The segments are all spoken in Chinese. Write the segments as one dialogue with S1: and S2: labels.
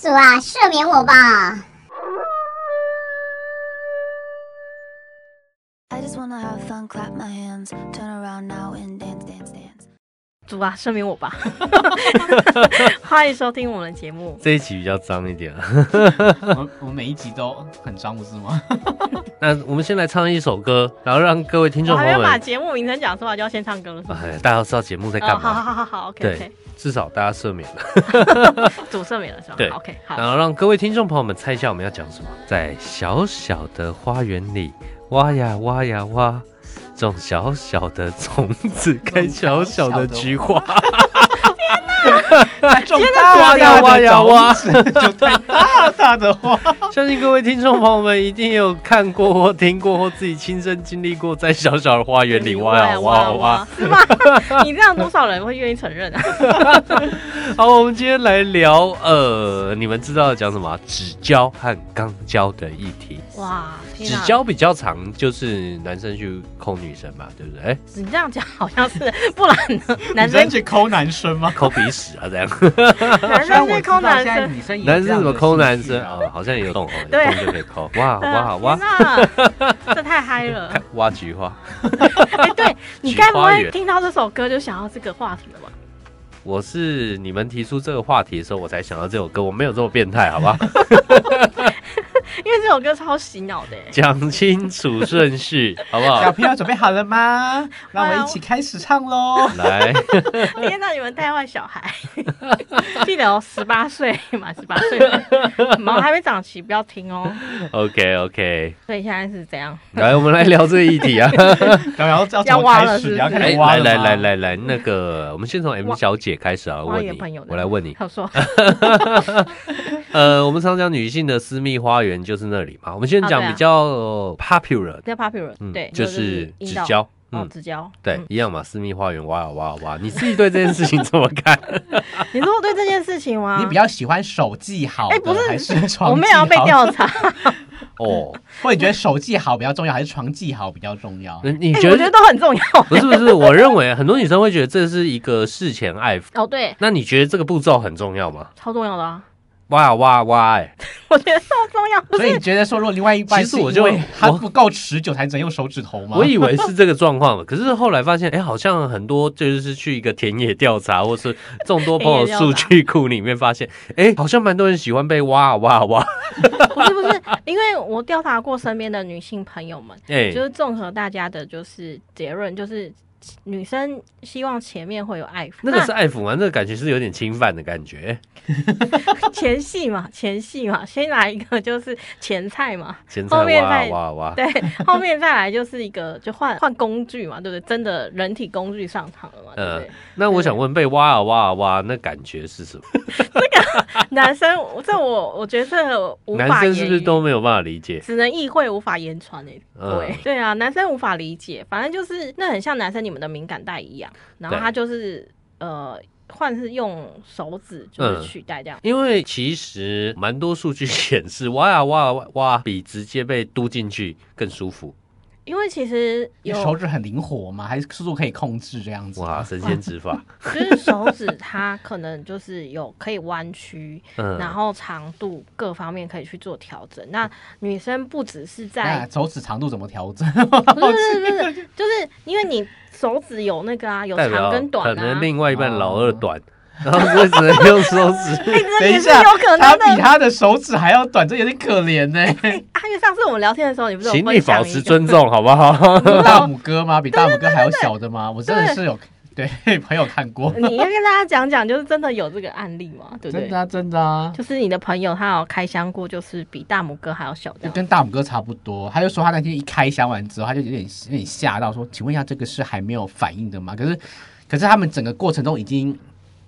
S1: 主啊，赦免我吧！
S2: I just wanna have fun, clap my hands, turn around now and dance, dance, dance.
S3: 主啊，赦免我 吧！欢迎收听我们的节目。
S4: 这一集比较脏一点啊。
S5: 我我每一集都很脏，不是吗？
S4: 那我们先来唱一首歌，然后让各位听
S3: 我
S4: 众
S3: 还没
S4: 朋友
S3: 有把
S4: 们，
S3: 节目名称讲出来，就要先唱歌了，是吗？
S4: 哎，大家都知道节目在
S3: 哦，
S4: 干
S3: 好
S4: 嘛，
S3: 好好好，OK
S4: 对
S3: OK，
S4: 至少大家赦免了。
S3: 主赦免了是吧？
S4: 对
S3: ，OK，好。
S4: 然后让各位听众朋友们猜一下我们要讲什么。在小小的花园里，挖呀挖呀挖，种小小的种子，开小小的菊花。
S5: 天
S4: 哪哇呀哇呀哇
S5: 就太大大的 花，
S4: 相信各位听众朋友们一定有看过或听过或自己亲身经历过，在小小的花园里挖呀挖呀挖。，
S3: 是 吗？你这样多少人会愿意承认啊？
S4: 好，我们今天来聊呃，你们知道讲什么啊？纸胶和钢胶的议题。
S3: 哇，天啊
S4: 纸
S3: 哪！
S4: 胶比较长，就是男生去控女生嘛，对不对？哎
S3: 你这样讲好像是，不然呢？男
S5: 你在
S3: 生
S5: 去抠男生吗？
S4: 抠鼻屎啊，这样。
S3: 男
S5: 虽然
S3: 生
S5: 我
S3: 是
S5: 知道
S3: 抠男
S5: 现在
S3: 生，
S5: 女生也
S4: 男生怎
S5: 有这样
S4: 么
S5: 的
S4: 抠男
S5: 情绪
S4: 生
S5: 啊
S4: 啊、哦？好像也有洞哦，有
S3: 对啊
S4: 洞就可以抠。哇哇哇
S3: 呃天！ 哪，这太嗨了！
S4: 看挖菊花，
S3: 哎，对你
S4: 菊花
S3: 该不会
S4: 园
S3: 听到这首歌就想要这个话题了吧？
S4: 我是你们提出这个话题的时候，我才想到这首歌，我没有这么变态，好吧？
S3: 因为这首歌超洗脑的耶。欸
S4: 讲清楚顺序，好不
S5: 小
S4: 好？
S5: 朋友准备好 了吗？让我们一起开始唱喽！
S4: 来，
S3: 天哪，你们带坏小孩！记得哦，十八岁满十八岁的毛还没长齐，不要听哦。
S4: OK OK，
S3: 所以现在是怎样？
S4: 来，我们来聊这个议 题啊。
S5: 然后要
S3: 要
S5: 从
S3: 哎挖
S5: 开
S3: 了
S5: 始，
S3: 是不是
S5: 要开
S4: 来
S5: 始
S4: 来
S5: 挖了
S4: 来
S5: 吗
S4: 来来来，那个，我们先从 M
S3: 挖
S4: 小姐开始啊，
S3: 挖
S4: 问
S3: 一个
S4: 你
S3: 朋友，的
S4: 我来问你，
S3: 他 说
S4: 呃，我们常讲女性的私密花园就是那里嘛，我们先
S3: 啊
S4: 讲
S3: 对啊
S4: 比较 popular 的嗯
S3: 比较 popular，对，
S4: 就是纸
S3: 阴道，
S4: 胶，
S3: 哦，
S4: 嗯，
S3: 纸胶，
S4: 对
S3: 嗯，
S4: 一样嘛，私密花园挖呀挖呀挖，你自己对这件事情怎么 看？
S3: 你说我对这件事情吗？
S5: 你比较喜欢手技好的，
S3: 哎不是
S5: 还是床？
S3: 我没有要被， 调查，
S4: 哦，
S3: 哎
S5: 或者你觉得手技好比较重要，还是床技好比较重要？
S4: 那你
S3: 我
S4: 觉
S3: 觉得
S4: 得
S3: 都很重要。
S4: 不是不是？我认为很多女生会觉得这是一个事前爱抚，
S3: 哦，对，
S4: 那你觉得这个步骤很重要吗？
S3: 超重要的啊，
S4: 挖呀挖呀挖，哎，
S3: 我觉得超重要。
S5: 所以你觉得说，如果另外一半
S4: 其实
S5: 是
S4: 我
S5: 因
S4: 就
S5: 为他
S4: 我
S5: 不够持久才只能用手指头吗？
S4: 我以为是这个状况了，可是后来发现，哎，好像很多就是去一个田野调查，或是众多朋 友
S3: 田野调
S4: 数
S3: 查
S4: 据库里面发现，哎，好像蛮多人喜欢被挖啊挖 啊挖，
S3: 不是不是，因为我调查过身边的女性朋友们，
S4: 哎
S3: 就，是综合大家的，就是结论，就是女生希望前面会有爱抚，
S4: 那个是爱抚吗？那个感觉是有点侵犯的感觉，
S3: 那前戏嘛，前戏嘛，先来一个就是前菜 嘛，
S4: 前菜
S3: 后面
S4: 挖啊
S3: 再
S4: 挖啊挖，
S3: 对，后面再来就是一个就换 换工具嘛，对不对？真的人体工具上场了嘛，对不
S4: 呃
S3: 对？，
S4: 那我想问，被挖啊挖啊挖，那感觉是什么？
S3: 男生这我我觉得这无
S4: 男
S3: 法
S4: 生是不是
S3: 言喻
S4: 都没有办法理解？
S3: 只能意会无法言传诶、
S4: 嗯
S3: 对、对啊，男生无法理解，反正就是那很像男生你们的敏感带一样，然后
S4: 对
S3: 他就是呃换是用手指
S4: 嗯
S3: 就是取代这样，
S4: 因为其实蛮多数据显示，挖啊挖啊挖挖，比直接被嘟进去更舒服。
S3: 因为其实
S5: 你
S3: 有
S5: 手指很灵活吗？还是速度可以控制这样子？
S4: 哇，神仙指法，
S3: 就是手指它可能就是有可以弯曲，
S4: 嗯，
S3: 然后长度各方面可以去做调整。那女生不只是在
S5: 那手指长度怎么调整？
S3: 不是不是不是，就是因为你手指有那个啊，有
S4: 代
S3: 长
S4: 表
S3: 跟
S4: 可
S3: 短
S4: 能
S3: 啊。
S4: 另外一半
S5: 哦
S4: 老二短， 然后所以只能用手 指。
S3: 哎这
S5: 等
S3: 也
S5: 一
S3: 是
S5: 下
S3: 有可，
S5: 他
S3: 能
S5: 比
S3: 的。
S5: 他的手指还要短，这有点可怜呢、
S3: 啊，因为上次我们聊天的时候，你不是有
S4: 请
S3: 分
S4: 你
S3: 享
S4: 保
S3: 一
S4: 持
S3: 个
S4: 尊重，好不好？
S5: 大拇哥吗？比大拇哥还要小的吗？我真的是有对 朋友看过，
S3: 你要跟大家讲讲，就是真的有这个案例嘛，对不对
S5: 真的？啊，真的啊，
S3: 就是你的朋友他有开箱过，就是比大拇哥还要小
S5: 就
S3: 的。啊
S5: 跟大拇哥差不多。他就说他那天一开箱完之后，他就有点有点吓到，说：“请问一下，这个是还没有反应的吗？”可是，可是他们整个过程中已经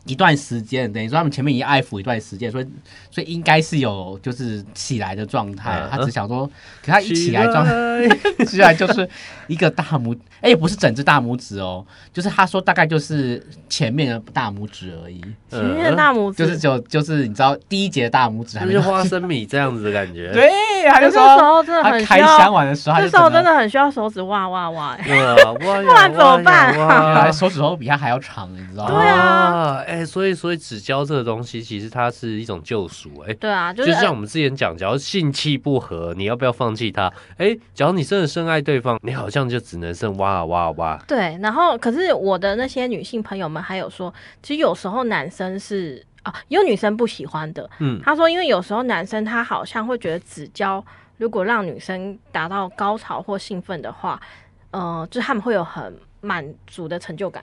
S5: 一段时间，等于说他们前面已经爱抚一段时间，所以所以应该是有就是起来的状态。
S4: 嗯
S5: 啊他只想说，可 他一呃起来 状态，
S4: 来
S5: 起来就是一个大拇，哎、不是整只大拇指哦，就是他说大概就是前面的大拇指而已，
S3: 前面的大拇指
S5: 就是就就是你知道第一节的大拇指还
S4: 就
S5: 没
S4: 是
S5: 有。
S4: 花生米这样子的感觉。，
S5: 对，他就
S3: 可是那时候真的
S5: 他
S3: 很
S5: 开
S3: 需要
S5: 箱完的时候，他
S3: 这
S5: 就
S3: 时候
S5: 整
S3: 真
S5: 个
S3: 的很需要手指哇哇哇、欸，
S4: 哇哇呀，
S3: 不然怎么办
S4: 哇
S5: 原
S4: 呀
S5: 来
S4: 哇
S5: 手指头比他还要长，你知道吗
S3: 对？啊，
S4: 哎、所以所以纸胶这个东西，其实它是一种救赎，哎、
S3: 对啊，就
S4: 就是像我们之前讲，假如性气不合，你要不要放弃它？哎、假如你真的深爱对方，你好像就只能剩哇啊哇啊哇，
S3: 对，然后可是我的那些女性朋友们还有说，其实有时候男生是啊，有女生不喜欢的。
S4: 嗯，
S3: 她说，因为有时候男生他好像会觉得指交，如果让女生达到高潮或兴奋的话，呃，就是他们会有很满足的成就感，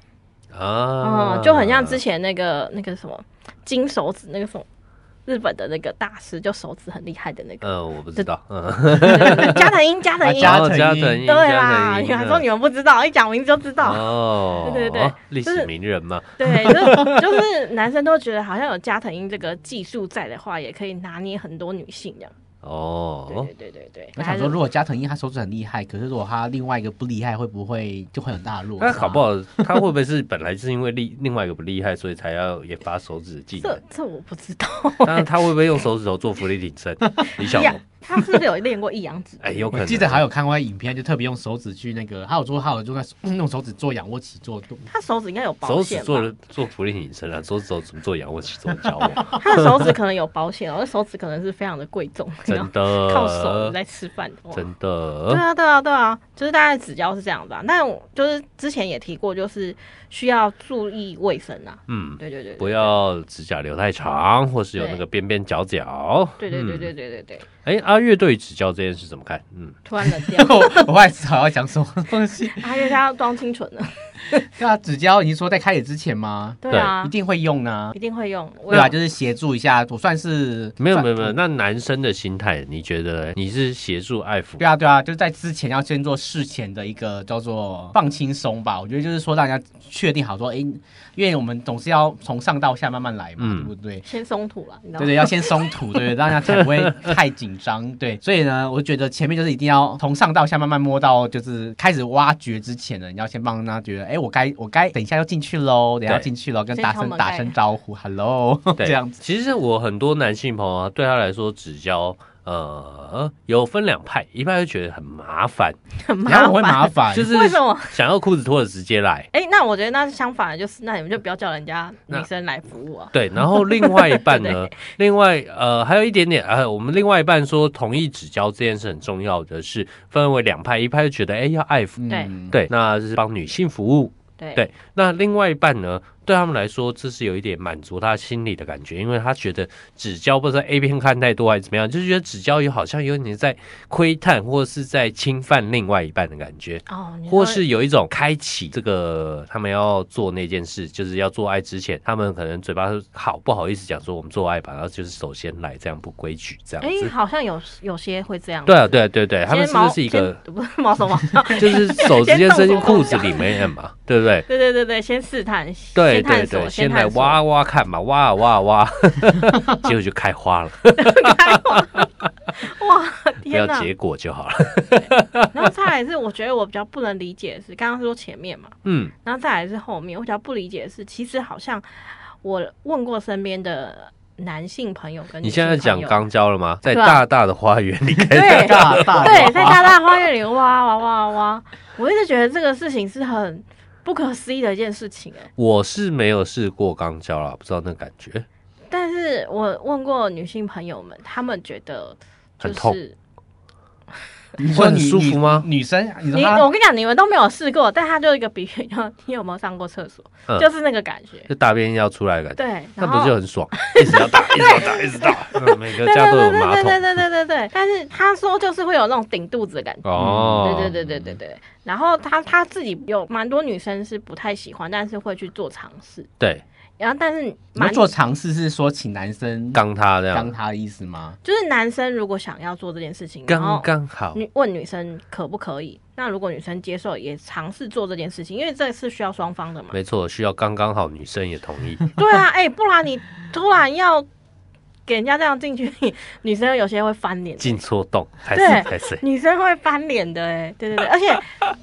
S4: 啊、
S3: 嗯，就很像之前那个那个什么金手指那个什么日本的那个大师，就手指很厉害的那 个
S4: 呃，我不知道，嗯，
S3: 加藤鹰，加藤鹰，
S5: 加
S4: 哦
S5: 藤
S4: 加
S5: 鹰
S4: 藤鹰，
S3: 对啦，
S4: 加藤
S3: 你
S4: 鹰嗯
S3: 还说你们不知道，一讲名字就知道。
S4: 哦，
S3: 对对对
S4: 历
S3: 就
S4: 史
S3: 是
S4: 名人嘛，
S3: 对，就是就是男生都觉得好像有加藤鹰这个技术在的话，也可以拿捏很多女性这样。对
S4: 哦，
S3: 对对对对，
S5: 我
S3: 还
S5: 想
S3: 是
S5: 说，如果加藤鹰他手指很厉害，可是如果他另外一个不厉害，会不会就会很大的落差？
S4: 那搞不好他会不会是本来是因为厉另外一个不厉害，所以才要研发手指的技能
S3: 这？这我不知道，
S4: 当然他会不会用手指头做浮力挺身？李小
S3: 一样
S4: 龙，
S3: 他是不是有练过一阳指？
S4: 哎，有可
S5: 我
S4: 能。
S5: 记得还有看过影片，就特别用手指去那个，还有做，还有用在用手指做仰卧起坐，都，
S3: 他手指应该有保
S4: 手指
S3: 险
S4: 做
S3: 吧？
S4: 了做浮力挺身啊，手指头怎么做仰卧起坐？你 啊教我，
S3: 他的手指可能有保险，哦，那手指可能是非常的贵重，你知道
S4: 真的，
S3: 靠手在吃饭的。哇
S4: 真
S3: 对
S4: 的，
S3: 啊，对啊，对啊，就是大概指教是这样吧。但我就是之前也提过，就是需要注意卫生啊。
S4: 嗯，
S3: 对对对，对
S4: 不。要指甲留太长，或是有那个边边角角。
S3: 对对对对
S4: 嗯。
S3: 对对对，
S4: 哎，阿月对于指教这件事怎么看？嗯，
S3: 突然冷 掉啊
S5: 我 我还知道要讲什么东西。
S3: 他就是要装清纯的。
S5: 对啊，指胶你说在开始之前吗？
S3: 对啊，
S5: 一定会用呢、
S3: 一定会用，
S4: 啊
S3: 我
S5: 对吧？啊
S3: 有
S5: 就是协助一下，我算是
S4: 没有
S5: 算
S4: 没有没有。那男生的心态，你觉得你是协助爱抚
S5: 对？啊，对啊，就是在之前要先做事前的一个叫做放轻松吧。我觉得就是说，让人家确定好说，诶，因为我们总是要从上到下慢慢来嘛，
S4: 嗯
S5: 对不对？
S3: 先松土了，你知道
S5: 对
S3: 吗？
S5: 对，要先松土，对，让大家才 不会太紧张。对，所以呢，我觉得前面就是一定要从上到下慢慢摸到，就是开始挖掘之前呢，你要先帮他觉得，哎，我该我该等一下要进去喽，等一下要
S4: 对
S5: 进去喽，跟
S3: 先
S5: 打
S3: 敲
S5: 声
S3: 门
S5: 打
S3: 盖啊
S5: 声招呼，hello，
S4: 对
S5: 这样子。
S4: 其实我很多男性朋友啊，对他来说指交，呃，有分两派，一派就觉得很麻烦，
S3: 很麻
S5: 然后我会
S3: 烦。
S5: 麻烦，
S4: 就是
S3: 为什么？
S4: 想要裤子脱了直接来。
S3: 哎、那我觉得那是相反的，就是那你们就不要叫人家
S4: 那
S3: 女生来服务啊。
S4: 对，然后另外一半呢，另外呃还有一点点呃，我们另外一半说同意指交这件事很重要的是分为两派，一派就觉得哎要爱抚，
S3: 对
S5: 嗯
S4: 对，那是帮女性服务，
S3: 对
S4: 对那另外一半呢，对他们来说，这是有一点满足他心里的感觉，因为他觉得纸胶不知道 A 片看太多还是怎么样，就是觉得纸胶有好像有点在窥探或是在侵犯另外一半的感觉，
S3: 哦，你说
S4: 或是有一种开启这个他们要做那件事，就是要做爱之前，他们可能嘴巴好不好意思讲说我们做爱吧，然后就是首先来这样不规矩这
S3: 哎、
S4: 样子。
S3: 好像有有些会这样。
S4: 对啊，对啊，对啊对啊，他们
S3: 先
S4: 是
S3: 毛
S4: 不是一个
S3: 先不是毛 手毛脚？
S4: 就是手直接伸进
S3: 先动手
S4: 裤子里面嘛，对不对？
S3: 对对对对，先试探，
S4: 对
S3: 先
S4: 对
S3: 探索，
S4: 对，先来
S3: 探索
S4: 挖。挖看嘛，挖啊挖啊 挖，结果就开花了，
S3: 哇，
S4: 不
S3: 天
S4: 要
S3: 哪！
S4: 结果就好了。
S3: 然后再来是，我觉得我比较不能理解的是，刚刚说前面嘛，
S4: 嗯，
S3: 然后再来是后面，我比较不理解的是，其实好像我问过身边的男性朋友跟
S4: 你
S3: 女
S4: 现
S3: 性
S4: 在
S3: 朋
S4: 讲
S3: 友
S4: 肛交了吗？在
S3: 对啊
S4: 大大的花园里开
S3: 对
S5: 大大的
S3: 对，在
S5: 花
S3: 大大花园里哇哇哇哇，我一直觉得这个事情是很不可思议的一件事情哎、
S4: 我是没有试过肛交啦，不知道那感觉
S3: 但是我问过女性朋友们，她们觉得就
S4: 很痛
S3: 是
S5: 你说
S4: 会很
S5: 女
S4: 舒服
S5: 女
S4: 吗
S5: 女生，你说
S3: 你，
S5: 她
S3: 我跟你讲，你们都没有试过，但她就一个比喻，就你有没有上过厕所，
S4: 嗯
S3: 就是那个感觉。
S4: 就大便要出来的感觉，
S3: 对，
S4: 那
S3: 然
S4: 不
S3: 后
S4: 是就很爽？一直要 打，一直要打，一直打，嗯每个
S3: 对
S4: 家都有
S3: 对
S4: 马
S3: 对对对
S4: 桶
S3: 对对对对，但是她说就是会有那种顶肚子的感觉。
S4: 哦。
S3: 嗯对对对对对对，然后她她自己有蛮多女生是不太喜欢，但是会去做尝试。
S4: 对，
S3: 然后但是
S5: 你们
S3: 蛮
S5: 做尝试是说请男生
S4: 肛他这
S5: 刚
S4: 样
S5: 他的意思吗？
S3: 就是男生如果想要做这件事情，然
S4: 刚
S3: 后
S4: 刚好，
S3: 女问女生可不可以，那如果女生接受，也尝试做这件事情，因为这是需要双方的嘛。
S4: 没错，需要刚刚好，女生也同 意。
S3: 对啊，哎、不然你突然要给人家这样进去，你女生有些会翻脸的，
S4: 进错洞，还是
S3: 对
S4: 还是
S3: 女生会翻脸的、哎，对对对，而且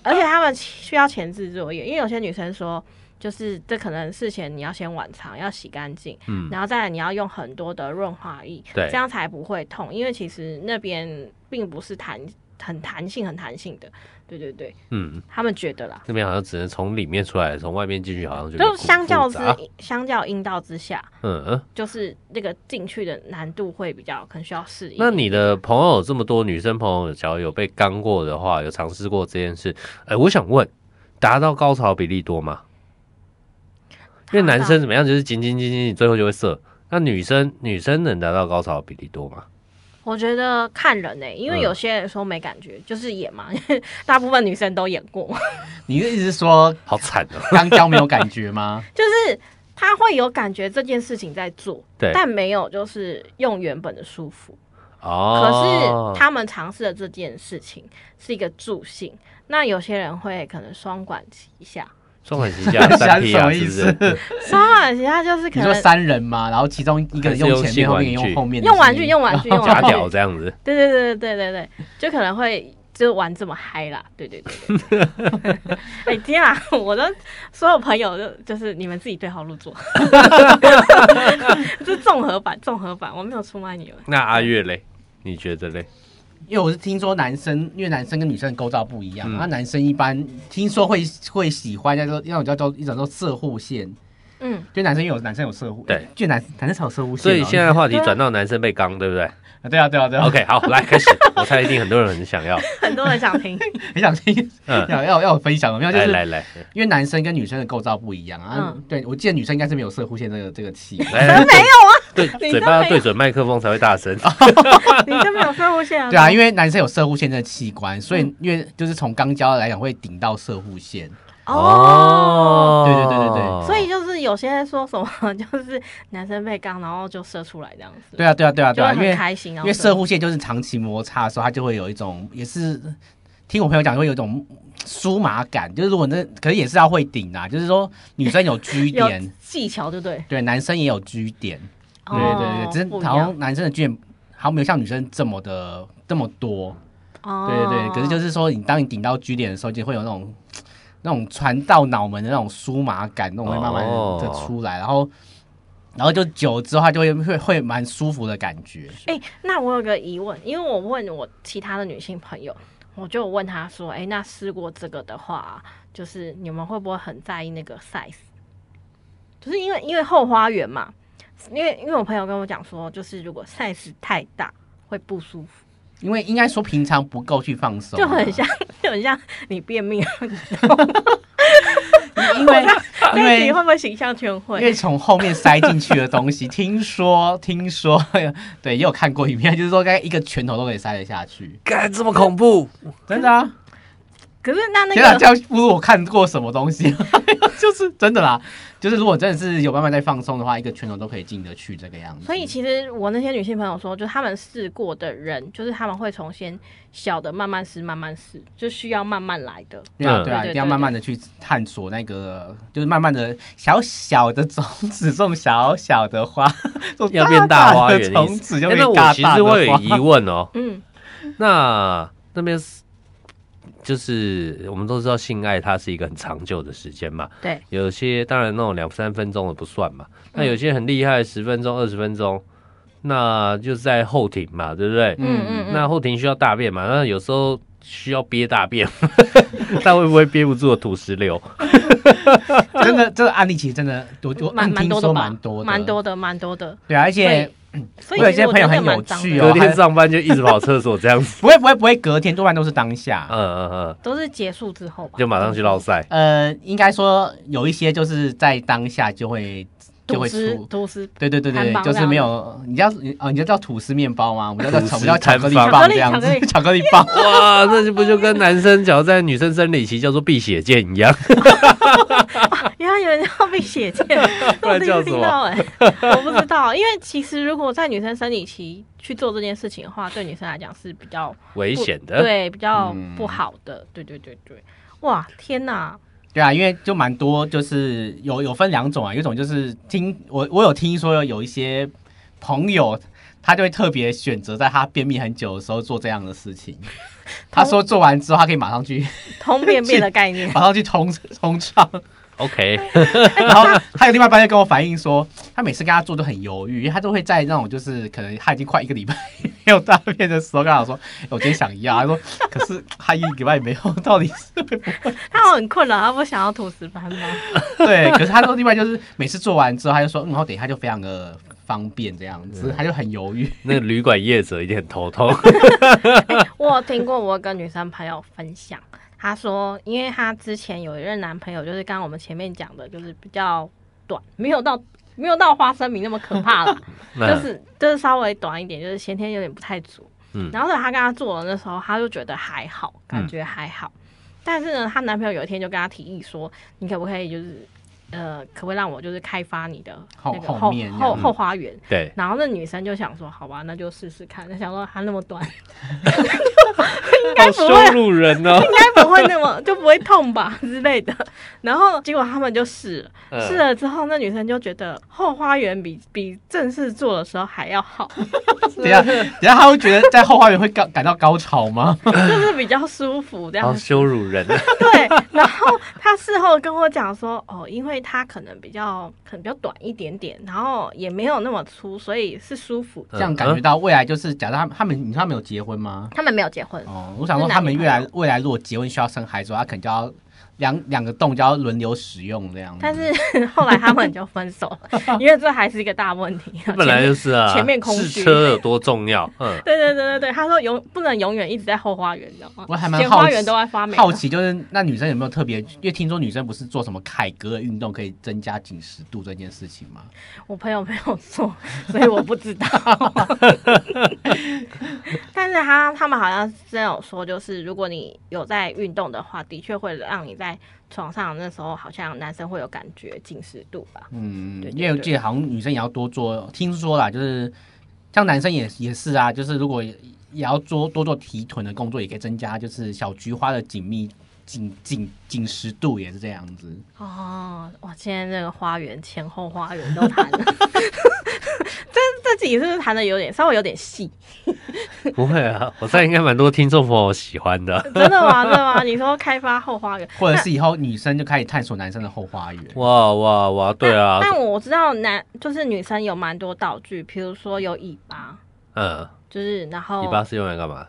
S3: 而且他们需要前置作业，因为有些女生说。就是这可能事前你要先晚肠，要洗干净，
S4: 嗯
S3: 然后再来你要用很多的润滑液，
S4: 对
S3: 这样才不会痛，因为其实那边并不是弹很弹性很弹性的，对对对，
S4: 嗯，
S3: 他们觉得啦，
S4: 那边好像只能从里面出来，从外面进去好像就
S3: 就
S4: 就
S3: 相较之
S4: 之，
S3: 相较阴道之下，
S4: 嗯嗯。
S3: 就是那个进去的难度会比较可能需要适应。
S4: 那你的朋友这么多女生朋友，假如有被刚过的话，有尝试过这件事，哎，我想问，达到高潮比例多吗？因为男生怎么样，就是紧紧紧紧，最后就会射。那女生女生能达到高潮的比例多吗？
S3: 我觉得看人呢、因为
S4: 嗯
S3: 有些人说没感觉，就是演嘛， 因为大部分女生都演过，
S5: 你的意思是说
S4: 好惨 哦、
S5: 刚交没有感觉吗？
S3: 就是她会有感觉这件事情在做，
S4: 对
S3: 但没有就是用原本的舒服。
S4: 哦，
S3: 可是他们尝试的这件事情是一个助兴，那有些人会可能双管齐下，
S4: 双管齐下三 P
S5: 什
S4: 啊，
S5: 么
S4: 是
S5: 意
S4: 不
S5: 思？
S4: 是？
S3: 双管齐下就是可
S5: 你说
S3: 能
S5: 三人嘛，然后其中一个人用前面，后
S4: 还是
S5: 面
S4: 用性玩具
S5: 用后面的
S3: 用玩具
S5: 是
S3: 用玩具用
S4: 假
S3: 玩具，
S4: 屌这样子，
S3: 对对对对对对，就可能会就玩这么嗨啦，对对对 对。哎、天啊！我的所有朋友就就是你们自己对号入 座，这综合版综合版，我没有出卖你们。
S4: 那阿月嘞？你觉得嘞？
S5: 因为我是听说男生，因为男生跟女生的构造不一样，
S4: 嗯
S5: 那、男生一般听说会会喜欢叫做那种叫做一种叫做射护线，
S3: 嗯，
S5: 就男生有男生有射护，
S4: 对，
S5: 就男男生才有射护线、
S4: 所以现在话题
S3: 对啊
S4: 转到男生被刚，对不对
S5: 在对啊对啊对啊
S4: ？OK，好，来开始。我猜一定很多人很想要，
S3: 很多人想听，
S5: 很想听，
S4: 嗯，
S5: 要要要有分享哦的，没有就
S4: 来
S5: 是
S4: 来来
S5: 因为男生跟女生的构造不一样啊，
S3: 嗯
S5: 对我记得女生应该是没有射护线这个这个器，
S4: 来，
S3: 真没
S4: 有啊，对，
S3: 你
S4: 嘴
S3: 都没
S4: 巴要
S3: 有
S4: 对准麦克风才会大声。
S3: 你真没有生活线
S5: 对啊，因为男生有射护线这个器官，所以因为就是从肛交来讲会顶到射护线，
S3: 哦。
S5: 哦对对对对对
S3: 所以就是有些说什么， 就是男生被刚，然后就射出来这样子，
S5: 对啊对啊对啊
S3: 就
S5: 对
S3: 会
S5: 啊，因为
S3: 很开心，然
S5: 因
S3: 后
S5: 为
S3: 射
S5: 射护线就是长期摩擦的时候，它就会有一种，也是听我朋友讲会有一种酥麻感，就是如果那可是也是要会顶啊，就是说女生有 G
S3: 有
S5: 点，
S3: 技巧，对不对？
S5: 对，男生也有 G 点，对对
S3: 哦
S5: 对，只
S3: 不
S5: 是
S3: 一
S5: 好
S3: 样
S5: 像男生的 G 点好像没有像女生这么的这么多，
S3: 哦
S5: 对对对，可是就是说你当你顶到 G 点的时候，就会有那种。那种传到脑门的那种酥麻感，那种会慢慢的
S4: 哦
S5: 出来，然后，然后就久了之后，它就会会会蛮舒服的感觉。
S3: 哎、那我有个疑问，因为我问我其他的女性朋友，我就问她说：“哎、那试过这个的话，就是你们会不会很在意那个 size？就是因为因为后花园嘛，因为因为我朋友跟我讲说，就是如果 size 太大会不舒服，
S5: 因为应该说平常不够去放松啊、
S3: 就很像 就很像你便秘，
S5: 因为因
S3: 那你
S5: 为
S3: 会不会形象全
S5: 啊因
S3: 会？
S5: 为从后面塞进去的东西，听说 听说，对，也有看过影片，就是说大概一个拳头都可以塞得下去，
S4: 干这么恐怖，
S5: 真的啊！
S3: 可是那那
S5: 天啊，
S3: 个
S5: 这样不如我看过什么东西， 就是真的啦，就是如果真的是有办法再放松的话，一个拳头都可以进得去这个样子。
S3: 所以其实我那些女性朋友说，就他们试过的人，就是他们会从先小的慢慢试，慢慢试，就需要慢慢来的。
S5: 对啊，
S4: 嗯
S5: 对啊，
S3: 对对
S5: 一定要慢慢的去探索那个，就是慢慢的小小的种子种小小的花， 种
S4: 要变大花园
S5: 的
S4: 的意
S5: 种子
S4: 思。
S5: 就
S4: 哎
S5: 变
S4: 那
S5: 大
S4: 我其
S5: 大
S4: 实
S5: 的
S4: 会有
S5: 花。
S4: 疑问哦，
S3: 嗯，
S4: 那那边是就是我们都知道性爱它是一个很长久的时间嘛，
S3: 对，嗯
S4: 有些当然那种两三分钟的不算嘛，那有些很厉害，十分钟、二十分钟，那就是在后庭嘛，对不对？
S3: 嗯嗯，
S4: 那后庭需要大便嘛，那有时候需要憋大便， 但会不会憋不住的土 石流？
S5: 真的，这个案例其实真的，我我
S3: 蛮
S5: 按
S3: 蛮
S5: 听
S3: 多
S5: 说
S3: 的吧，
S5: 蛮多的，
S3: 蛮多的，蛮多的。
S5: 对啊，而
S3: 所
S5: 且
S3: 以所以
S5: 我有
S3: 其实
S5: 些朋友
S3: 觉得
S5: 很
S3: 蛮
S5: 有
S3: 脏
S5: 趣
S3: 的
S5: 哦
S4: 隔天上班就一直跑厕所这样子，
S5: 不会不会不会，隔天多半都是当 下。
S4: 嗯嗯嗯，
S3: 都是结束之后吧，
S4: 就马上去 捞塞。
S5: 呃，应该说有一些就是在当下就会就
S3: 吐
S5: 会
S3: 司
S5: 出，
S3: 吐司
S5: 对对对
S3: 摊
S5: 对，
S3: 薄这
S5: 就
S3: 样
S5: 是没有，你叫哦，你就叫吐司面包吗？我们叫
S4: 吐司
S5: 巧，我们叫巧克力
S4: 摊
S3: 薄
S5: 棒这样
S3: 巧克
S5: 子，
S3: 力
S5: 巧克力棒。
S4: 哇，那就不就跟男生只要在女生生理期叫做避血剑一样？
S3: 原来有人要被写 见，
S4: 不
S3: 我
S4: 然
S3: 第一
S4: 叫
S3: 次
S4: 什
S3: 听
S4: 么
S3: 到哎、我不知道，因为其实如果在女生生理期去做这件事情的话，对女生来讲是比较
S4: 危
S3: 不
S4: 险的。，
S3: 对，比较
S5: 嗯
S3: 不好的，对对对对，哇，天哪，
S5: 对啊，因为就蛮多，就是有有分两种啊，有一种就是听我我有听说有一些朋友，他就会特别选择在他便秘很久的时候做这样的事情。他说做完之后，他可以马上去
S3: 通便便的概念
S5: 马上去通通畅，
S4: OK，
S5: 然后他有另外一半就跟我反映说，他每次跟他做都很犹豫，因为他都会在那种就是可能他已经快一个礼拜没有大便的时候，跟他说、哎我今天想要，他说可是他一个礼拜没有，到底是会不会？
S3: 他很困扰，他不想要吐石斑吗？
S5: 对，可是他说另外就是每次做完之后，他就说，嗯，然后等一下就非常的方便这样子，他就很犹豫。
S4: 那旅馆业者一定很 头痛。
S3: 我有听过我跟女生朋友分享，她说，因为她之前有一任男朋友，就是刚刚我们前面讲的，就是比较短，没有到没有到花生米那么可怕了，就
S5: 嗯
S4: 那
S3: 是就是稍微短一点，就是先天有点不太足。
S4: 嗯
S3: 然后呢，她跟她做的那时候，她就觉得还好，感
S5: 嗯
S3: 觉还好。但是呢，她男朋友有一天就跟她提议说，你可不可以就是呃，可不可以让我就是开发你的那
S5: 后
S3: 个
S5: 后
S3: 后
S5: 面这样
S3: 后
S5: 嗯
S3: 后花园？
S4: 对，
S3: 然后那女生就想说，好吧，那就试试看。她想说她那么短，
S4: 好
S3: 不会
S4: 羞辱人哦。
S3: 应该不会那么就不会痛吧之类的。 然后结果他们就试了，
S4: 嗯
S3: 试了之后，那女生就觉得后花园比比正式做的时候还要好，
S5: 等一下，等一下他会觉得在后花园会感感到高潮吗？
S3: 就是比较舒服这样
S4: 好
S3: 子。
S4: 羞辱 人，
S3: 对，然后她事后跟我讲说，哦，因为她可能比较可能比较短一点点，然后也没有那么粗，所以是舒服的。
S5: 这样感觉到未来就是，假设他们他们你说他们有结婚吗？
S3: 他们没有结婚，
S5: 哦，我想说他们未来未来如果结婚需要生孩子的话，他可能就要两两个洞就要轮流使用这样子。
S3: 但是后来他们就分手 了，因为这还是一个大问题。
S4: 本来就是啊，
S3: 前面空虚
S4: 试车有多重要？嗯，
S3: 对对对对对，他说永不能永远一直在后花园，你知道吗？
S5: 我还蛮
S3: 前
S5: 好
S3: 花
S5: 奇
S3: 园都在发霉。
S5: 好奇就是那女生有没有特别？因为听说女生不是做什么凯格尔运动可以增加紧实度这件事情吗？
S3: 我朋友没有做，所以我不知道。 但是他他们好像是真有说，就是如果你有在运动的话，的确会让你在床上那时候好像男生会有感觉紧实度吧。
S5: 嗯
S3: 对，对
S5: 因为我记得好像女生也要多做，听说啦，就是像男生也也是啊，就是如果也要做多做提臀的工作，也可以增加就是小菊花的紧密紧紧紧实度，也是这样子。
S3: 哦，哇！今天这个花园前后花园都谈了， 这这集是不是谈的有点稍微有点细？
S4: 不会啊，我猜应该蛮多听众朋友喜欢的。
S3: 真的吗？真的吗？你说开发后花园，
S5: 或者是以后女生就开始探索男生的后花园。
S4: 哇哇哇， 对啊，
S3: 但我知道男就是女生有蛮多道具，比如说有尾巴，
S4: 嗯，
S3: 就是然后
S4: 尾巴是用来干嘛？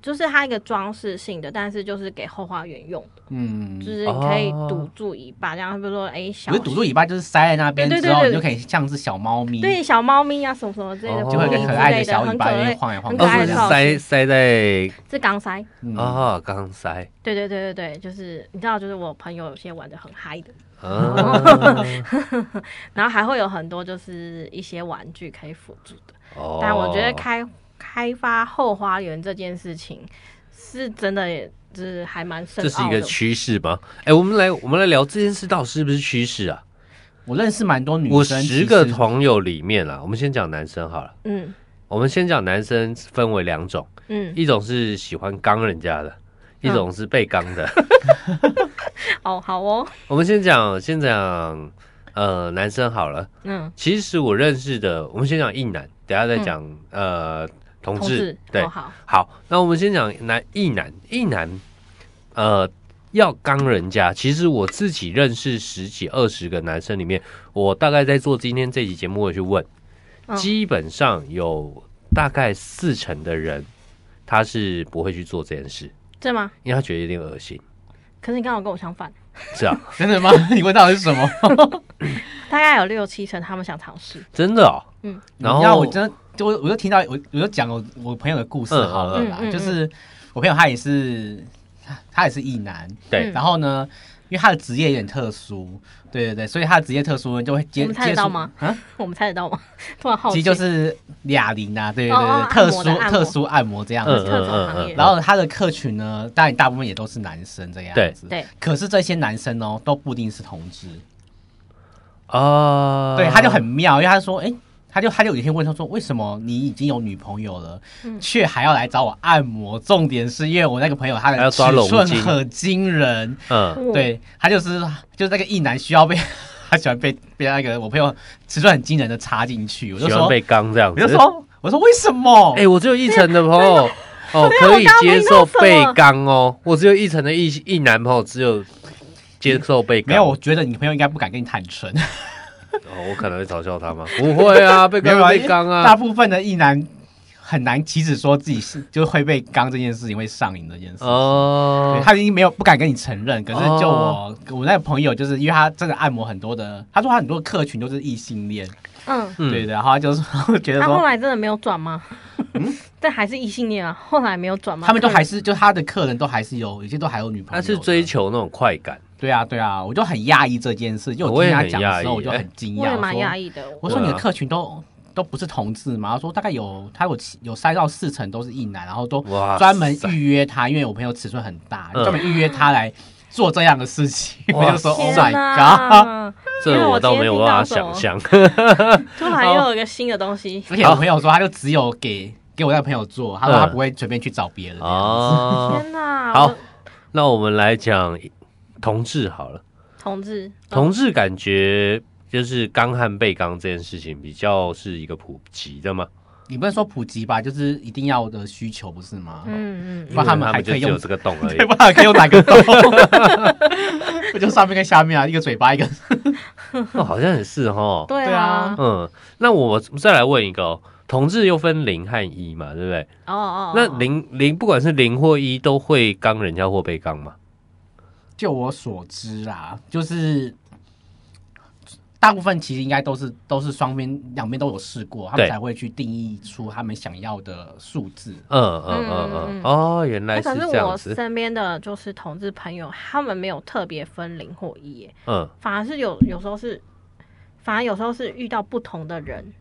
S3: 就是它一个装饰性的，但是就是给后花园用的，
S5: 嗯
S3: 就，是你可以堵住尾巴，这样比如说哎、小
S5: 不是堵住尾巴，就是塞在那边
S3: 对对
S5: 之后，
S3: 对对
S5: 你就可以像只小猫咪，
S3: 对小猫咪啊什么什么之类的，
S4: 哦
S5: 就会有一个可爱的小尾巴
S3: 之类的很
S5: 在那边
S3: 可爱，
S5: 晃来晃
S3: 很可
S5: 去
S4: 哦，
S3: 爱
S4: 不
S3: 的
S4: 是
S3: 造
S4: 塞
S3: 型
S4: 塞在
S3: 是钢塞。
S5: 嗯
S4: 哦，刚塞
S3: 对对对对对，就是你知道，就是我朋友有些玩的很嗨的，
S4: 啊，
S3: 然后还会有很多就是一些玩具可以辅助的。
S4: 哦，
S3: 但我觉得开开发后花园这件事情是真的，就是还蛮深
S4: 这是一
S3: 奥
S4: 个
S3: 的。
S4: 趋势吗？哎，我们来我们来聊这件事到底是不是趋势啊？
S5: 我认识蛮多女生，
S4: 我
S5: 其
S4: 十
S5: 实
S4: 个朋友里面啊啦，我们先讲男生好了。
S3: 嗯
S4: 我们先讲男生分为两种，
S3: 嗯，
S4: 一种是喜欢刚人家的，一种是被刚 的。
S3: 哦，好哦，
S4: 我们先讲先讲呃男生好了。
S3: 嗯，
S4: 其实我认识的，我们先讲一男，等一下再讲、呃同
S3: 嗯同
S4: 志。
S3: 志，
S4: 对、
S3: 哦、好，
S4: 好，那我们先讲男一男一男，呃，要刚人家。其实我自己认识十几二十个男生里面，我大概在做今天这期节目，我去问，
S3: 嗯
S4: 基本上有大概四成的人，他是不会去做这件事，
S3: 对吗？
S4: 因为他觉得有点恶心。
S3: 可是你刚好跟我相反，
S4: 是啊，
S5: 真的吗？ 你问到底是什么？
S3: 大概有六七成他们想尝试。
S4: 真的哦。
S3: 嗯，
S4: 然后
S5: 你知道我真的，就我我就听到我我就讲我我朋友的故事
S4: 嗯
S5: 好了啦，
S3: 嗯嗯嗯
S5: 就是我朋友他也是他也是异男，
S4: 对
S3: 嗯
S5: 然后呢，因为他的职业有点特殊，对对对，所以他的职业特殊呢，就会接
S3: 我们猜得到吗？
S5: 接触啊，
S3: 我们猜得到吗？ 突然好奇，
S5: 其实就是哑铃啊，对对对，
S3: 哦哦
S5: 特
S3: 按摩的
S5: 殊
S3: 按摩
S5: 特殊按摩这样
S4: 嗯
S5: 子。
S3: 特种行业。
S5: 然后他的客群呢，当然大部分也都是男生这样子。
S3: 对对
S5: 可是这些男生哦，都不一定是同志。
S4: 啊，
S5: 对，他就很妙，因为他说，哎、他就他就有一天问他说，为什么你已经有女朋友了，却还要来找我按摩？重点是因为我那个朋友他
S4: 还
S5: 的
S4: 要
S5: 尺
S4: 抓龙
S5: 寸
S4: 筋
S5: 很惊人，
S4: 嗯，
S5: 对他就是就是那个一男需要被他喜欢被被那个我朋友尺寸很惊人的插进去，我就
S4: 喜欢
S5: 说，
S4: 被刚这样
S5: 我就
S4: 子。
S5: 说，我说为什么？
S3: 哦
S4: 哎、我只有一层的朋友哦，
S3: 对
S4: 可
S3: 我刚
S4: 以
S3: 刚
S4: 接
S3: 听
S4: 受
S3: 到什
S4: 被
S3: 么
S4: 刚哦。我只有一层的一一男朋友，只有接受被刚。
S5: 没有，我觉得你朋友应该不敢跟你坦诚，
S4: 哦，我可能会嘲笑他吗？不会 啊，被
S5: 没有
S4: 刚
S5: 啊
S4: 被刚
S5: 大
S4: 啊。
S5: 部分的一男很难起止说自己是就会被刚这件事情会上瘾这件事情。
S4: 哦
S5: 对，他已经没有不敢跟你承认，可是就我、
S4: 哦
S5: 我那个朋友，就是因为他真的按摩很多的，他说他很多客群都是异性恋，
S3: 嗯，
S4: 嗯
S5: 对的，然后他就是觉得
S3: 他后
S5: 说，嗯
S3: 来真的没有转吗？ 但还是异性恋啊，后来没有转吗？
S5: 他们都还
S3: 是
S5: 是就他的客人都还是有，有些都还有女朋
S4: 他
S5: 友，
S4: 是追，求那种快感，
S5: 对啊对啊，我就很讶异这件事，就我
S4: 我也
S5: 听他
S4: 很
S5: 讲的时
S4: 讶
S5: 候，
S4: 异
S5: 我就
S4: 哎
S5: 很惊
S3: 我
S5: 讶，
S3: 也
S5: 我
S3: 蛮
S5: 说
S3: 讶异的。
S5: 我说
S4: 对啊
S5: 你的客群都都不是同志嘛？他说大概有他有七有三到四成都是异男，然后都
S4: 哇
S5: 专门
S4: 塞
S5: 预约他，因为我朋友尺寸很大，
S4: 嗯
S5: 专门预约他来做这样的事情。
S4: 哇
S5: 我就说 Oh
S3: 天
S5: my
S3: 哪
S5: god！
S3: 因为
S4: 这
S3: 我
S4: 我倒
S3: 今天
S4: 没有
S3: 听到
S4: 办法
S3: 什么
S4: 想象。
S3: 突然又有一个新的东 西，
S5: 而且我朋友说他就只有给给我那个朋友做，他说
S4: 嗯
S5: 他不会随便去找别人这样子。
S4: 哦，
S3: 天哪！
S4: 好
S3: 我，
S4: 那我们来讲同志好了。
S3: 同志，哦
S4: 同志感觉就是刚和被刚这件事情比较是一个普及的嘛，
S5: 你不能说普及吧，就是一定要的需求不是吗？
S3: 嗯嗯
S5: 不然他们还
S4: 就
S5: 可以
S4: 只有
S5: 用
S4: 这个洞而已
S5: 对。吧？给我哪个洞？ 我就上面跟下面啊，一个嘴巴 一个。
S4: 哦，好像也是哦
S3: 嗯，。
S4: 哈
S3: 对
S5: 对啊
S3: 啊，
S4: 嗯，那我再来问一个、哦，同志又分零和一嘛，对不对？
S3: 哦哦，
S4: 那
S3: 哦
S4: 零零不管是零或一，都会刚人家或被刚嘛？
S5: 就我所知啦，就是大部分其实应该都是都是双边两边都有试过，他们
S4: 对
S5: 才会去定义出他们想要的数字。
S4: 嗯嗯嗯嗯
S3: 嗯嗯嗯
S4: 哦，原来
S3: 哎
S4: 是
S3: 可是
S4: 这样
S3: 我
S4: 子。
S3: 身边的就是同志朋友，他们没有特别分零或一耶，
S4: 嗯，
S3: 反而是有有时候是，反而有时候是遇到不同的人，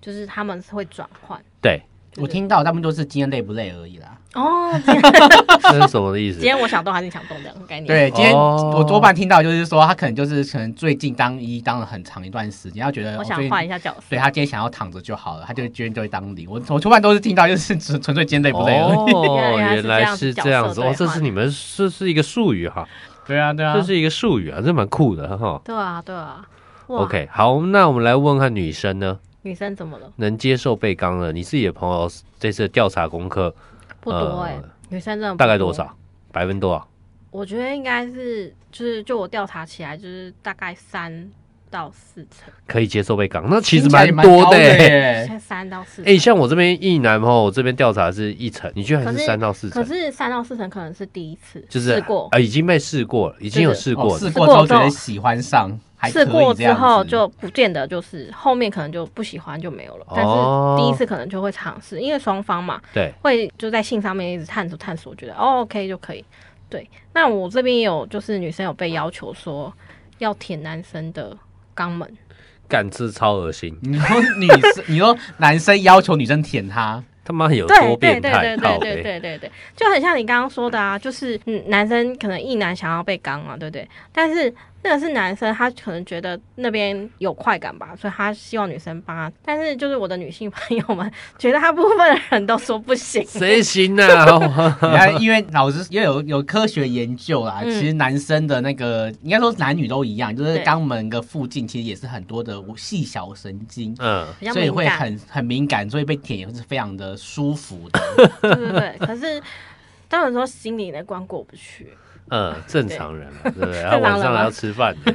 S3: 就是他们是会转换。
S4: 对，
S5: 我听到他们都是今天累不累而已啦。
S3: 哦， 今天
S4: 这是什 么意思
S3: 今？天我想动还是你想动这样的概念？，
S5: 对，今天
S4: 哦
S5: 我多半听到就是说，他可能就是可能最近当一当了很长一段时间，他觉得
S3: 我
S5: 哦
S3: 想
S5: 最近
S3: 换一下角色
S5: 对。他今天想要躺着就好了，他就今天就会当零。我我多半都是听到就是纯纯粹今天累不累而已。
S4: 哦，原
S3: 原来
S4: 来
S3: 是
S4: 是
S3: 这样子角
S4: 这样子
S3: 色
S4: 哦，
S3: 对
S4: 这
S3: 换
S4: 是你们这是一个术语哈，
S5: 对啊对啊，
S4: 这是一个术语啊，这蛮酷的哈。
S3: 对啊，对啊。哇
S4: OK，好，那我们来问看女生呢，
S3: 女生怎么了？
S4: 能接受被刚的，你自己的朋友这次调查功课
S3: 不多哎、
S4: 呃
S3: 女生真的不
S4: 大概多？少？百分多少？
S3: 我觉得应该是，就是就我调查起来，就是大概三到四成，
S4: 可以接受被刚，那其实
S5: 听起来也
S4: 多
S5: 高的
S4: 欸
S5: 耶
S3: 现 在三到四成。
S4: 哎、像我这边一男朋友，我这边调查是一层，你居然
S3: 可
S4: 是
S3: 是
S4: 三到四层
S3: 可，是三到四成可能是第一次，
S4: 就是
S3: 试过
S4: 啊、，已经被试过了，已经有试过
S5: 哦
S4: 了。
S5: 试
S3: 试
S5: 过之
S3: 过
S5: 后
S3: 之
S5: 觉得
S3: 后
S5: 喜欢上，还可
S3: 试
S5: 以
S3: 过
S5: 这
S3: 之
S5: 样
S3: 后
S5: 子
S3: 就不见得就是后面可能就不喜欢就没有了，但
S4: 哦
S3: 是第一次可能就会尝试，因为双方嘛
S4: 对，
S3: 会就在性上面一直探索探索，觉得哦 OK 就可以。对，那我这边也有就是女生有被要求说要舔男生的肛门，
S4: 干这超恶心，
S5: 你说女生， 你说男生要求女生舔他，
S4: 他妈有
S3: 对
S4: 多
S3: 对
S4: 变
S3: 对对
S4: 态？
S3: 对
S4: 靠
S3: 对
S4: 北
S3: 对对对，就很像你刚刚说的啊，就是嗯，男生可能一男想要被刚嘛，对不对？但是那个是男生，他可能觉得那边有快感吧，所以他希望女生帮他。但是就是我的女性朋友们，觉得大部分的人都说不行，
S4: 谁 行啊？
S5: 你看，因为老师因为有有科学研究啦，
S3: 嗯
S5: 其实男生的那个应该说男女都一样，就是
S3: 对
S5: 肛门的附近其实也是很多的细小神经。
S4: 嗯，
S3: 比较
S5: 所以
S3: 敏
S5: 会
S3: 感，
S5: 很很敏感，所以被舔也是非常的舒服的。
S3: 对对对。可是当然说心里那关过不去，
S4: 嗯，正常人嘛，对不 对？他啊
S3: 常人
S4: 晚上还
S3: 吗
S4: 要吃饭呢，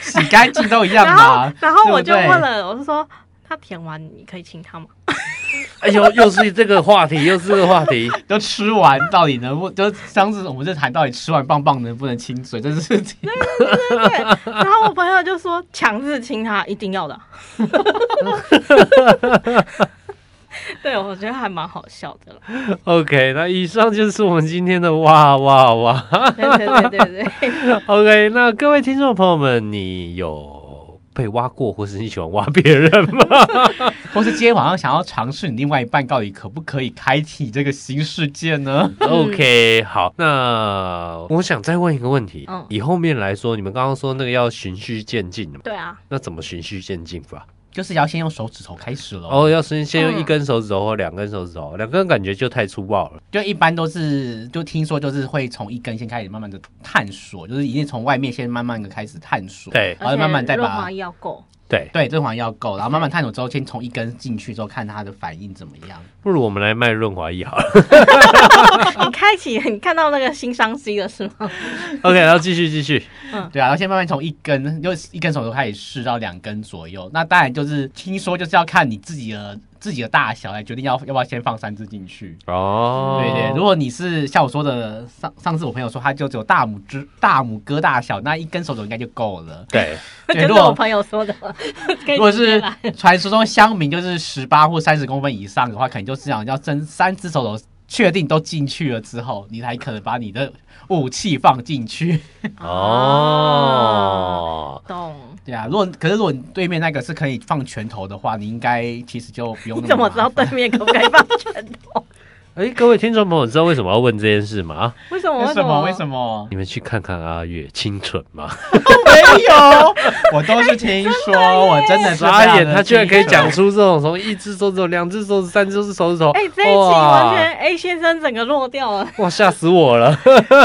S5: 洗干净都一样
S3: 然后
S5: 嘛。
S3: 然后我就
S5: 对不对
S3: 问，了，我是说他舔完你可以亲他吗？
S4: 哎呦，又是这个话题，又是这个话题，
S5: 就吃完到底能不？就上次我们就谈到底吃完棒棒能不能亲嘴这件事情，
S3: 然后我朋友就说 强制亲他一定要的，对对，我觉得还蛮好笑的啦。
S4: OK，那以上就是我们今天的哇哇哇。
S3: 对对对对对，
S4: OK，那各位听众朋友们，你有被挖过，或是你喜欢挖别人吗？
S5: 或是今天晚上想要尝试你另外一半到底可不可以开启这个新世界呢？
S4: OK，好，那我想再问一个问题，
S3: 嗯
S4: 以后面来说，你们刚刚说那个要循序渐进的嘛，
S3: 对啊，
S4: 那怎么循序渐进法？
S5: 就是要先用手指头开始喽。
S4: 哦，要先先用一
S3: 嗯
S4: 根手指头或两根手指头，两根感觉就太粗暴了。
S5: 就一般都是，就听说就是会从一根先开始慢慢的探索，就是一定从外面先慢慢的开始探索，，
S4: 对
S5: 然后慢慢再
S3: 润
S5: 把
S3: 滑要够。
S4: 对，
S5: 对，润滑要够，然后慢慢探索之后，先从一根进去之后看它的反应怎么样。
S4: 不如我们来卖润滑液好了。
S3: 你开启， 你看到那个新商机了是
S5: 哎
S3: 吗？
S4: OK，然后继续继续。
S5: 对啊，然后先慢慢从一根，就一根手头开始试到两根左右。那当然就是听说就是要看你自己的自己的大小来决定要要不要先放三支进去。
S4: 哦，
S5: 对对，如果你是像我说的，上上次我朋友说他就只有大拇指、大拇哥大小，那一根手指头应该就够了。
S4: 对，
S5: 对，
S3: 这 是
S5: 如
S4: 哦
S3: 我
S5: 果
S3: 朋友说的， 可以
S5: 如果
S3: 直接
S5: 啊是
S3: 来
S5: 传说中乡民就是十八或三十公分以上的话，可能就是想要真三只手头确定都进去了之后，你才可能把你的武器放进去。啊
S4: 哦，
S3: 懂。
S5: 对啊，如果可是如果你对面那个是可以放拳头的话，你应该其实就不用
S3: 你
S5: 那
S3: 怎么
S5: 麻
S3: 知道
S5: 烦
S3: 对面可不可以放拳头？
S4: 哎，各位听众朋友，知道为什么要问这件事吗？啊
S3: 为什么？
S5: 为什么？为
S3: 么
S5: 什？么？
S4: 你们去看看阿月清纯吗？
S5: 没有，我都是听说，我真的是非
S4: 傻
S5: 常
S4: 眼，
S5: 的
S4: 他居然可以
S5: 清楚
S4: 讲出这种从一只手指头、两只手指、三只手指头，
S3: 哎、这一期完全 A 先生整个弱掉了。
S4: 哇哇吓死我了！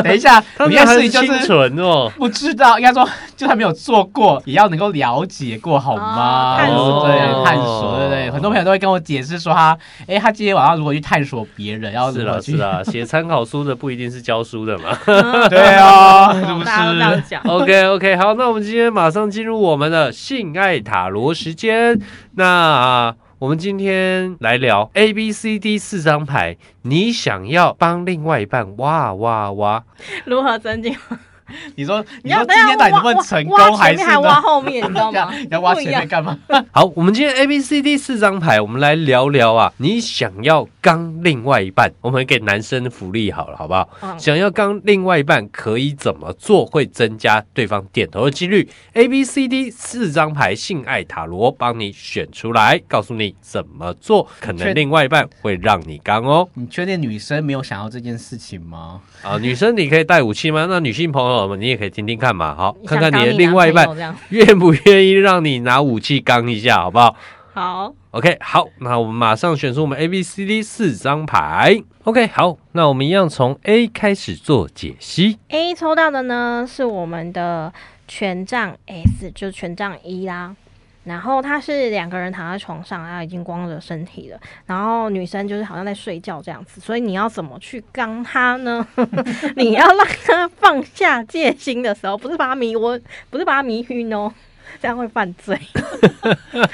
S5: 等一下，
S4: 他
S5: 有
S4: 们
S5: 件
S4: 还
S5: 事
S4: 是
S5: 情就
S4: 清
S5: 是
S4: 纯哦。
S5: 不知道，应该说就算没有做过，也要能够了解过，好吗？
S3: 哦探索
S4: 哦
S5: 对，探索，哦对不对？很多朋友都会跟我解释说他，哎，他今天晚上如果去探索别人，要
S4: 是
S5: 如
S4: 啦
S5: 何
S4: 是
S5: 去？
S4: 啦，写参考书的不一定是教书的嘛。
S5: 对哦，是不
S3: 大家都这样
S5: 是？
S3: 讲。
S4: OK OK，好，那我们今天马上进入我们的性爱塔罗时间。那、啊我们今天来聊 A B C D 四张牌，你想要帮另外一半哇哇哇？
S3: 如何增进？
S5: 你说，你
S3: 要
S5: 说
S3: 等
S5: 今
S3: 一下
S5: 天到底
S3: 挖
S5: 是问
S3: 挖
S5: 成
S3: 挖
S5: 功还
S3: 前
S5: 是
S3: 面还
S5: 呢
S3: 挖后面，你知道吗？
S5: 要要挖
S3: 不一
S5: 前
S3: 样
S5: 面干嘛？
S4: 好，我们今天 A B C D 四张牌，我们来聊聊啊，你想要刚另外一半，我们给男生福利好了，好不好？
S3: 嗯
S4: 想要刚另外一半可以怎么做，会增加对方点头的几率？A B C D 四张牌性爱塔罗帮你选出来，告诉你怎么做，可能
S5: 确
S4: 另外一半会让你刚哦。
S5: 你确定女生没有想要这件事情吗？
S4: 啊，女生你可以带武器吗？那女性朋友们你也可以听听看嘛，好，
S3: 你
S4: 看
S3: 想
S4: 看你的
S3: 当
S4: 另外一
S3: 男朋友
S4: 半
S3: 这样
S4: 愿不愿意让你拿武器刚一下，好不好？
S3: 好，
S4: OK，好，那我们马上选出我们 A、B、C、D 四张牌。OK，好，那我们一样从 A 开始做解析。
S3: A 抽到的呢是我们的权杖 S，就是权杖一啦。然后他是两个人躺在床上，然后已经光着身体了。然后女生就是好像在睡觉这样子，所以你要怎么去刚她呢？ 你要让她放下戒心的时候，不是把她迷昏，不是把她迷晕哦，这样会犯罪。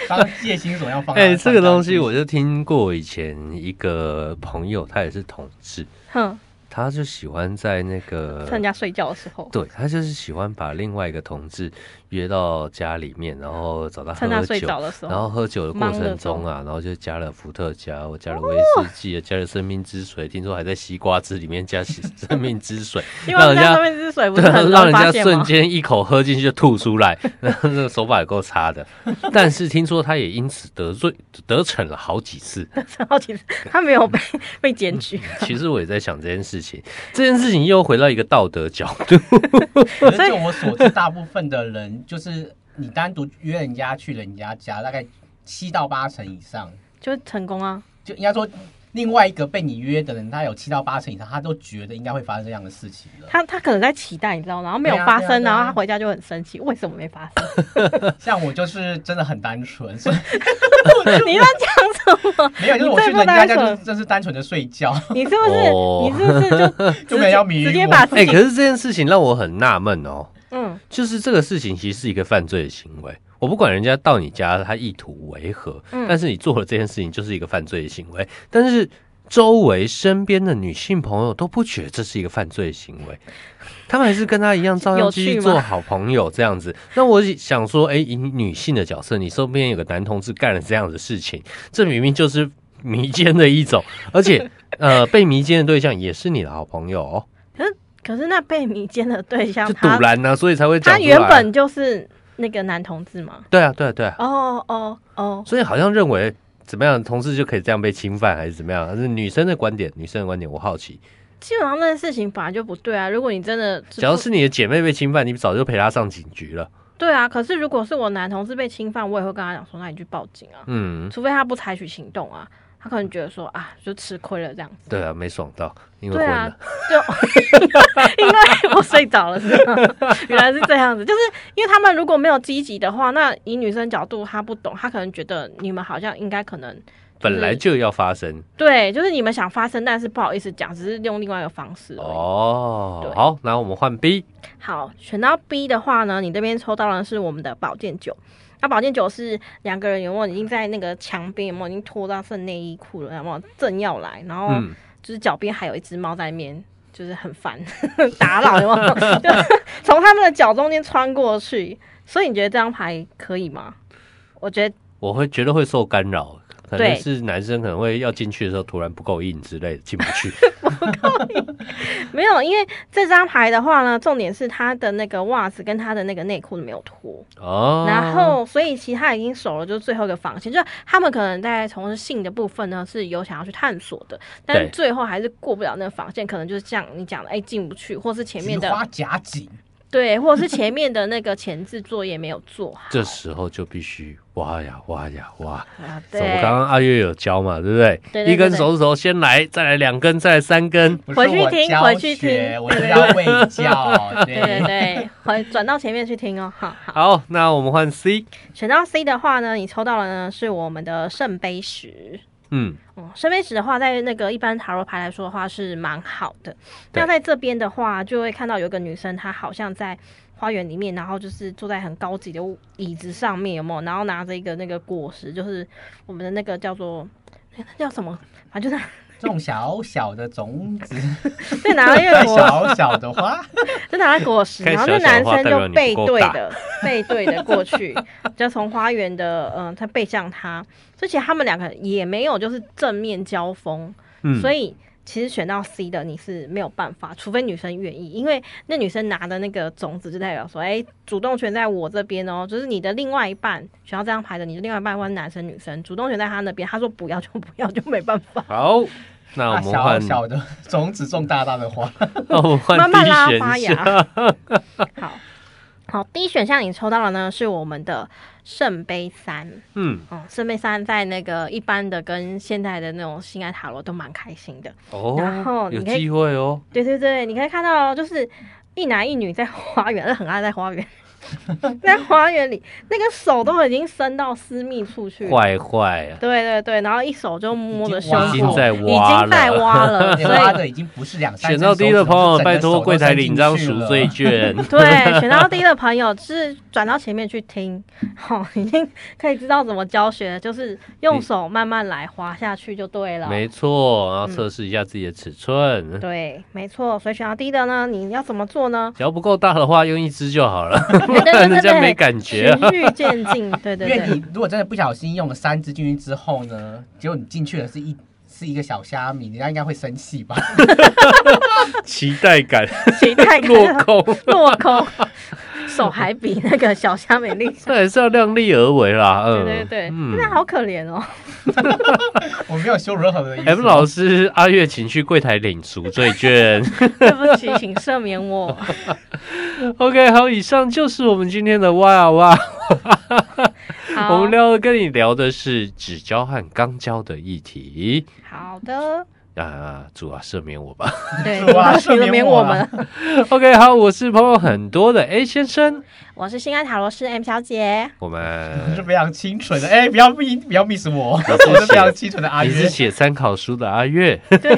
S5: 当戒心所 要放在
S4: 哎、这个
S5: 上
S4: 东西我就听过以前一个朋友，他也是同志，
S3: 哼，
S4: 他就喜欢在那
S3: 趁人
S4: 个，
S3: 家睡觉的时候，
S4: 对他就是喜欢把另外一个同志约到家里面，然后找他
S3: 趁他
S4: 喝
S3: 睡
S4: 酒。
S3: 着的时
S4: 然
S3: 候，
S4: 后喝酒的过
S3: 忙
S4: 程
S3: 的
S4: 中
S3: 时哦
S4: 啊，然后就加了伏特加，我加了威士忌，加了生命之水，听说还在西瓜汁里面加 西生命之水，
S3: 因为
S4: 让人家
S3: 家上面是水，不
S4: 对
S3: 是很，
S4: 让
S3: 容易
S4: 人
S3: 发
S4: 家
S3: 现
S4: 瞬
S3: 吗？
S4: 间一口喝进去就吐出来， 那那个手法也够差的。 但是听说他也因此得罪得逞了好几次。
S3: 然后其实他没有被 被检举，
S4: 其实我也在想这件事情，这件事情又回到一个道德角度。
S5: 可是就我所知，大部分的人就是你单独约人家去人家家，大概七到八成以上，
S3: 就是成功啊。
S5: 就应该说另外一个被你约的人，他有七到八成以上，他都觉得应该会发生这样的事情 了。
S3: 他他可能在期待，你知道，然后没有
S5: 对啊
S3: 发
S5: 对啊
S3: 生，
S5: 对啊
S3: 然后他回家就很生气，为什么没发 生？
S5: 像我就是真的很单纯，所以
S3: 你在讲什么？
S5: 没有，就是我去人家家就是真是单纯的睡觉，
S3: 你是不是、
S4: 哦
S3: 你是不是就直
S5: 就没有要迷
S3: 直接
S5: 我
S3: 把自
S4: 哎、
S3: 己、
S4: 可是这件事情让我很纳闷哦，
S3: 嗯
S4: 就是这个事情其实是一个犯罪的行为。我不管人家到你家他意图为何，
S3: 嗯
S4: 但是你做了这件事情就是一个犯罪的行为。但是周围身边的女性朋友都不觉得这是一个犯罪的行为，他们还是跟他一样照样
S3: 有
S4: 继
S3: 趣
S4: 续
S3: 吗
S4: 做好朋友这样子。那我想说，哎、以女性的角色，你身边有个男同志干了这样的事情，这明明就是。迷奸的一种，而且呃，被迷奸的对象也是你的好朋友哦，
S3: 可是那被迷奸的对象
S4: 就，堵
S3: 他
S4: 拦呢、所以才会讲
S3: 他
S4: 出来
S3: 原本就是那个男同志嘛。
S4: 对啊，对啊，对啊，
S3: 哦哦哦，
S4: 所以好像认为怎么样，同事就可以这样被侵犯，还是怎么样？还啊是女生的观点，女生的观点，我好奇，
S3: 基本上那件事情本来就不对啊。如果你真的，
S4: 只要是你的姐妹被侵犯，你早就陪她上警局了。
S3: 对啊，可是如果是我男同志被侵犯，我也会跟他讲说，那你去报警啊，
S4: 嗯，
S3: 除非他不采取行动啊，他可能觉得说啊，就吃亏了这样子。
S4: 对啊，没爽到，因为
S3: 对
S4: 昏
S3: 啊
S4: 了。，
S3: 就 因为我睡着了，是吗？ 原来是这样子，就是因为他们如果没有积极的话，那以女生角度，她不懂，她可能觉得你们好像应该可能
S4: 本来就要发生
S3: 对，就是你们想发生，但是不好意思讲，只是用另外一个方式而已。
S4: 哦
S3: 对。
S4: 好，然后我们换 B，
S3: 好，选到 B 的话呢，你这边抽到的是我们的保健酒。那保健酒是两个人有没有已经在那个墙边有没有已经脱到剩内衣裤了，有没有正要来，然后
S4: 嗯，
S3: 就是脚边还有一只猫在那边，就是很烦 打扰，有没 有？就从他们的脚中间穿过去。所以你觉得这张牌可以吗？我觉得
S4: 我会觉得会受干扰，可能
S3: 对
S4: 是男生可能会要进去的时候突然不够硬之类的进不 去。
S3: 没有，因为这张牌的话呢，重点是他的那个袜子跟他的那个内裤没有脱。
S4: 哦，
S3: 然后，所以其实他已经熟了，就是最后一个防线，就是他们可能在从事性的部分呢是有想要去探索的，但是
S4: 对
S3: 最后还是过不了那个防线，可能就是像你讲的，哎，进不去，或是前面
S5: 菊
S3: 的
S5: 花夹紧，
S3: 对，或者是前面的那个前置作业没有做好。
S4: 这时候就必须挖呀挖呀挖。
S3: 啊
S4: 我
S3: 对，
S4: 刚刚阿月有教嘛，对不对？
S3: 对对对嗯
S4: 一根手指头先来，再来两根，再来三根。
S5: 不
S3: 回
S5: 是
S3: 去
S5: 我
S3: 听
S5: 教
S3: 回去
S5: 学
S3: 听
S5: 我是要喂教，
S3: 对对对，回转到前面去听哦。好好，
S4: 好，那我们换 C。
S3: 选到 C 的话呢，你抽到了呢是我们的圣杯十。
S4: 嗯，
S3: 哦，圣杯十的话，在那个一般塔罗牌来说的话是蛮好的。
S4: 对
S3: 那在这边的话，就会看到有一个女生，她好像在花园里面，然后就是坐在很高级的椅子上面，有没有？然后拿着一个那个果实，就是我们的那个叫做。那叫什么？反正就是
S5: 这种小小的种子，
S3: 对，拿了一个果，
S5: 小小的花，
S3: 就拿了果实，
S4: 看
S3: 然后那
S4: 小小的
S3: 男
S4: 话
S3: 生
S4: 代表
S3: 就
S4: 你
S3: 背
S4: 不够
S3: 对
S4: 大
S3: 的， 背对的过去， 就从花园的，嗯、他背向他，所以其实他们两个也没有就是正面交锋，
S4: 嗯
S3: 所以其实选到 C 的你是没有办法，除非女生愿意，因为那女生拿的那个种子就代表说，哎、主动权在我这边哦，就是你的另外一半选到这张牌的，你的另外一半不管是男生女生，主动权在他那边，他说不要就不要，就没办法，
S4: 好，那我
S5: 大
S4: 们
S5: 啊小
S4: 换
S5: 小的种子种大大 的花，
S4: 那我们换
S3: 慢
S4: D
S3: 慢拉发
S4: 选项。
S3: 芽。 好好，第一选项你抽到的呢是我们的圣杯三。
S4: 嗯，
S3: 哦，圣杯三在那个一般的跟现在的那种性爱塔罗都蛮开心的。然
S4: 哦
S3: 后，
S4: 有
S3: 你可以
S4: 机会哦。
S3: 对对对，你可以看到，哦就是一男一女在花园，呃很爱在花园， 在花园里，那个手都已经伸到私密处去了。
S4: 坏坏啊，
S3: 对对对，然后一手就摸着胸
S4: 已
S3: 口，
S4: 经在
S3: 已
S4: 挖
S3: 经在
S4: 了。
S3: 挖 了，
S5: 你
S3: 所
S5: 花
S3: 以
S5: 的已经不是两三
S4: 选到 D 的朋友，拜托柜台领张赎
S5: 赎
S4: 罪券。
S3: 对选到 D 的朋友是转到前面去听， 好、已经可以知道怎么教学，就是用手慢慢来滑下去就对了。
S4: 没错，然后测试一下自己的尺寸，
S3: 对，没错，所以选到 D 的呢，你要怎么做呢？
S4: 只要不够大的话，用一只就好了，不
S3: 对
S4: 然
S3: 对
S4: 人
S3: 对
S4: 家
S3: 对，
S4: 没感觉。啊
S3: 循序渐 进，对对
S5: 因
S3: 对。
S5: 为你如果真的不小心用了三支进去之后呢，结果你进去的是一是一个小虾米，人家应该会生气吧？
S4: 期待感
S3: 期待感
S4: 落空，
S3: 落空，手还比那个小虾美丽。
S4: 这还是要量力而为啦。
S3: 对
S4: 嗯，
S3: 对对，
S4: 嗯
S3: 真的。好可怜哦。
S5: 我没有羞辱任何人的意思。
S4: M 哎老师，阿月，请去柜台领赎罪 券。
S3: 对不起，请赦免 我。
S4: OK，好，以上就是我们今天的哇哇。我
S3: 好
S4: 们，聊跟你聊的是纸胶和钢胶的议题
S3: 好的，
S4: 啊，主啊赦免我吧。
S3: 对，
S5: 是吧
S3: 赦
S5: 赦免
S3: 免
S5: 我
S3: 我
S5: 啊
S3: 们。
S4: OK，好，我是朋友很多的 A 先生，
S3: 我是心爱塔罗师 M 小姐，
S4: 我
S5: 是
S4: 们
S5: 非常清纯的，哎、不要 miss 不要 miss 我，
S4: 是
S5: 我是非常清纯的阿
S4: 你
S5: 月
S4: 是。写参考书的阿月，
S3: 对，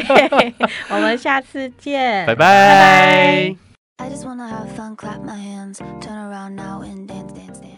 S3: 我们下次见，拜
S4: 拜拜。
S2: I just wanna have fun, clap my hands, turn around now and dance, dance, dance.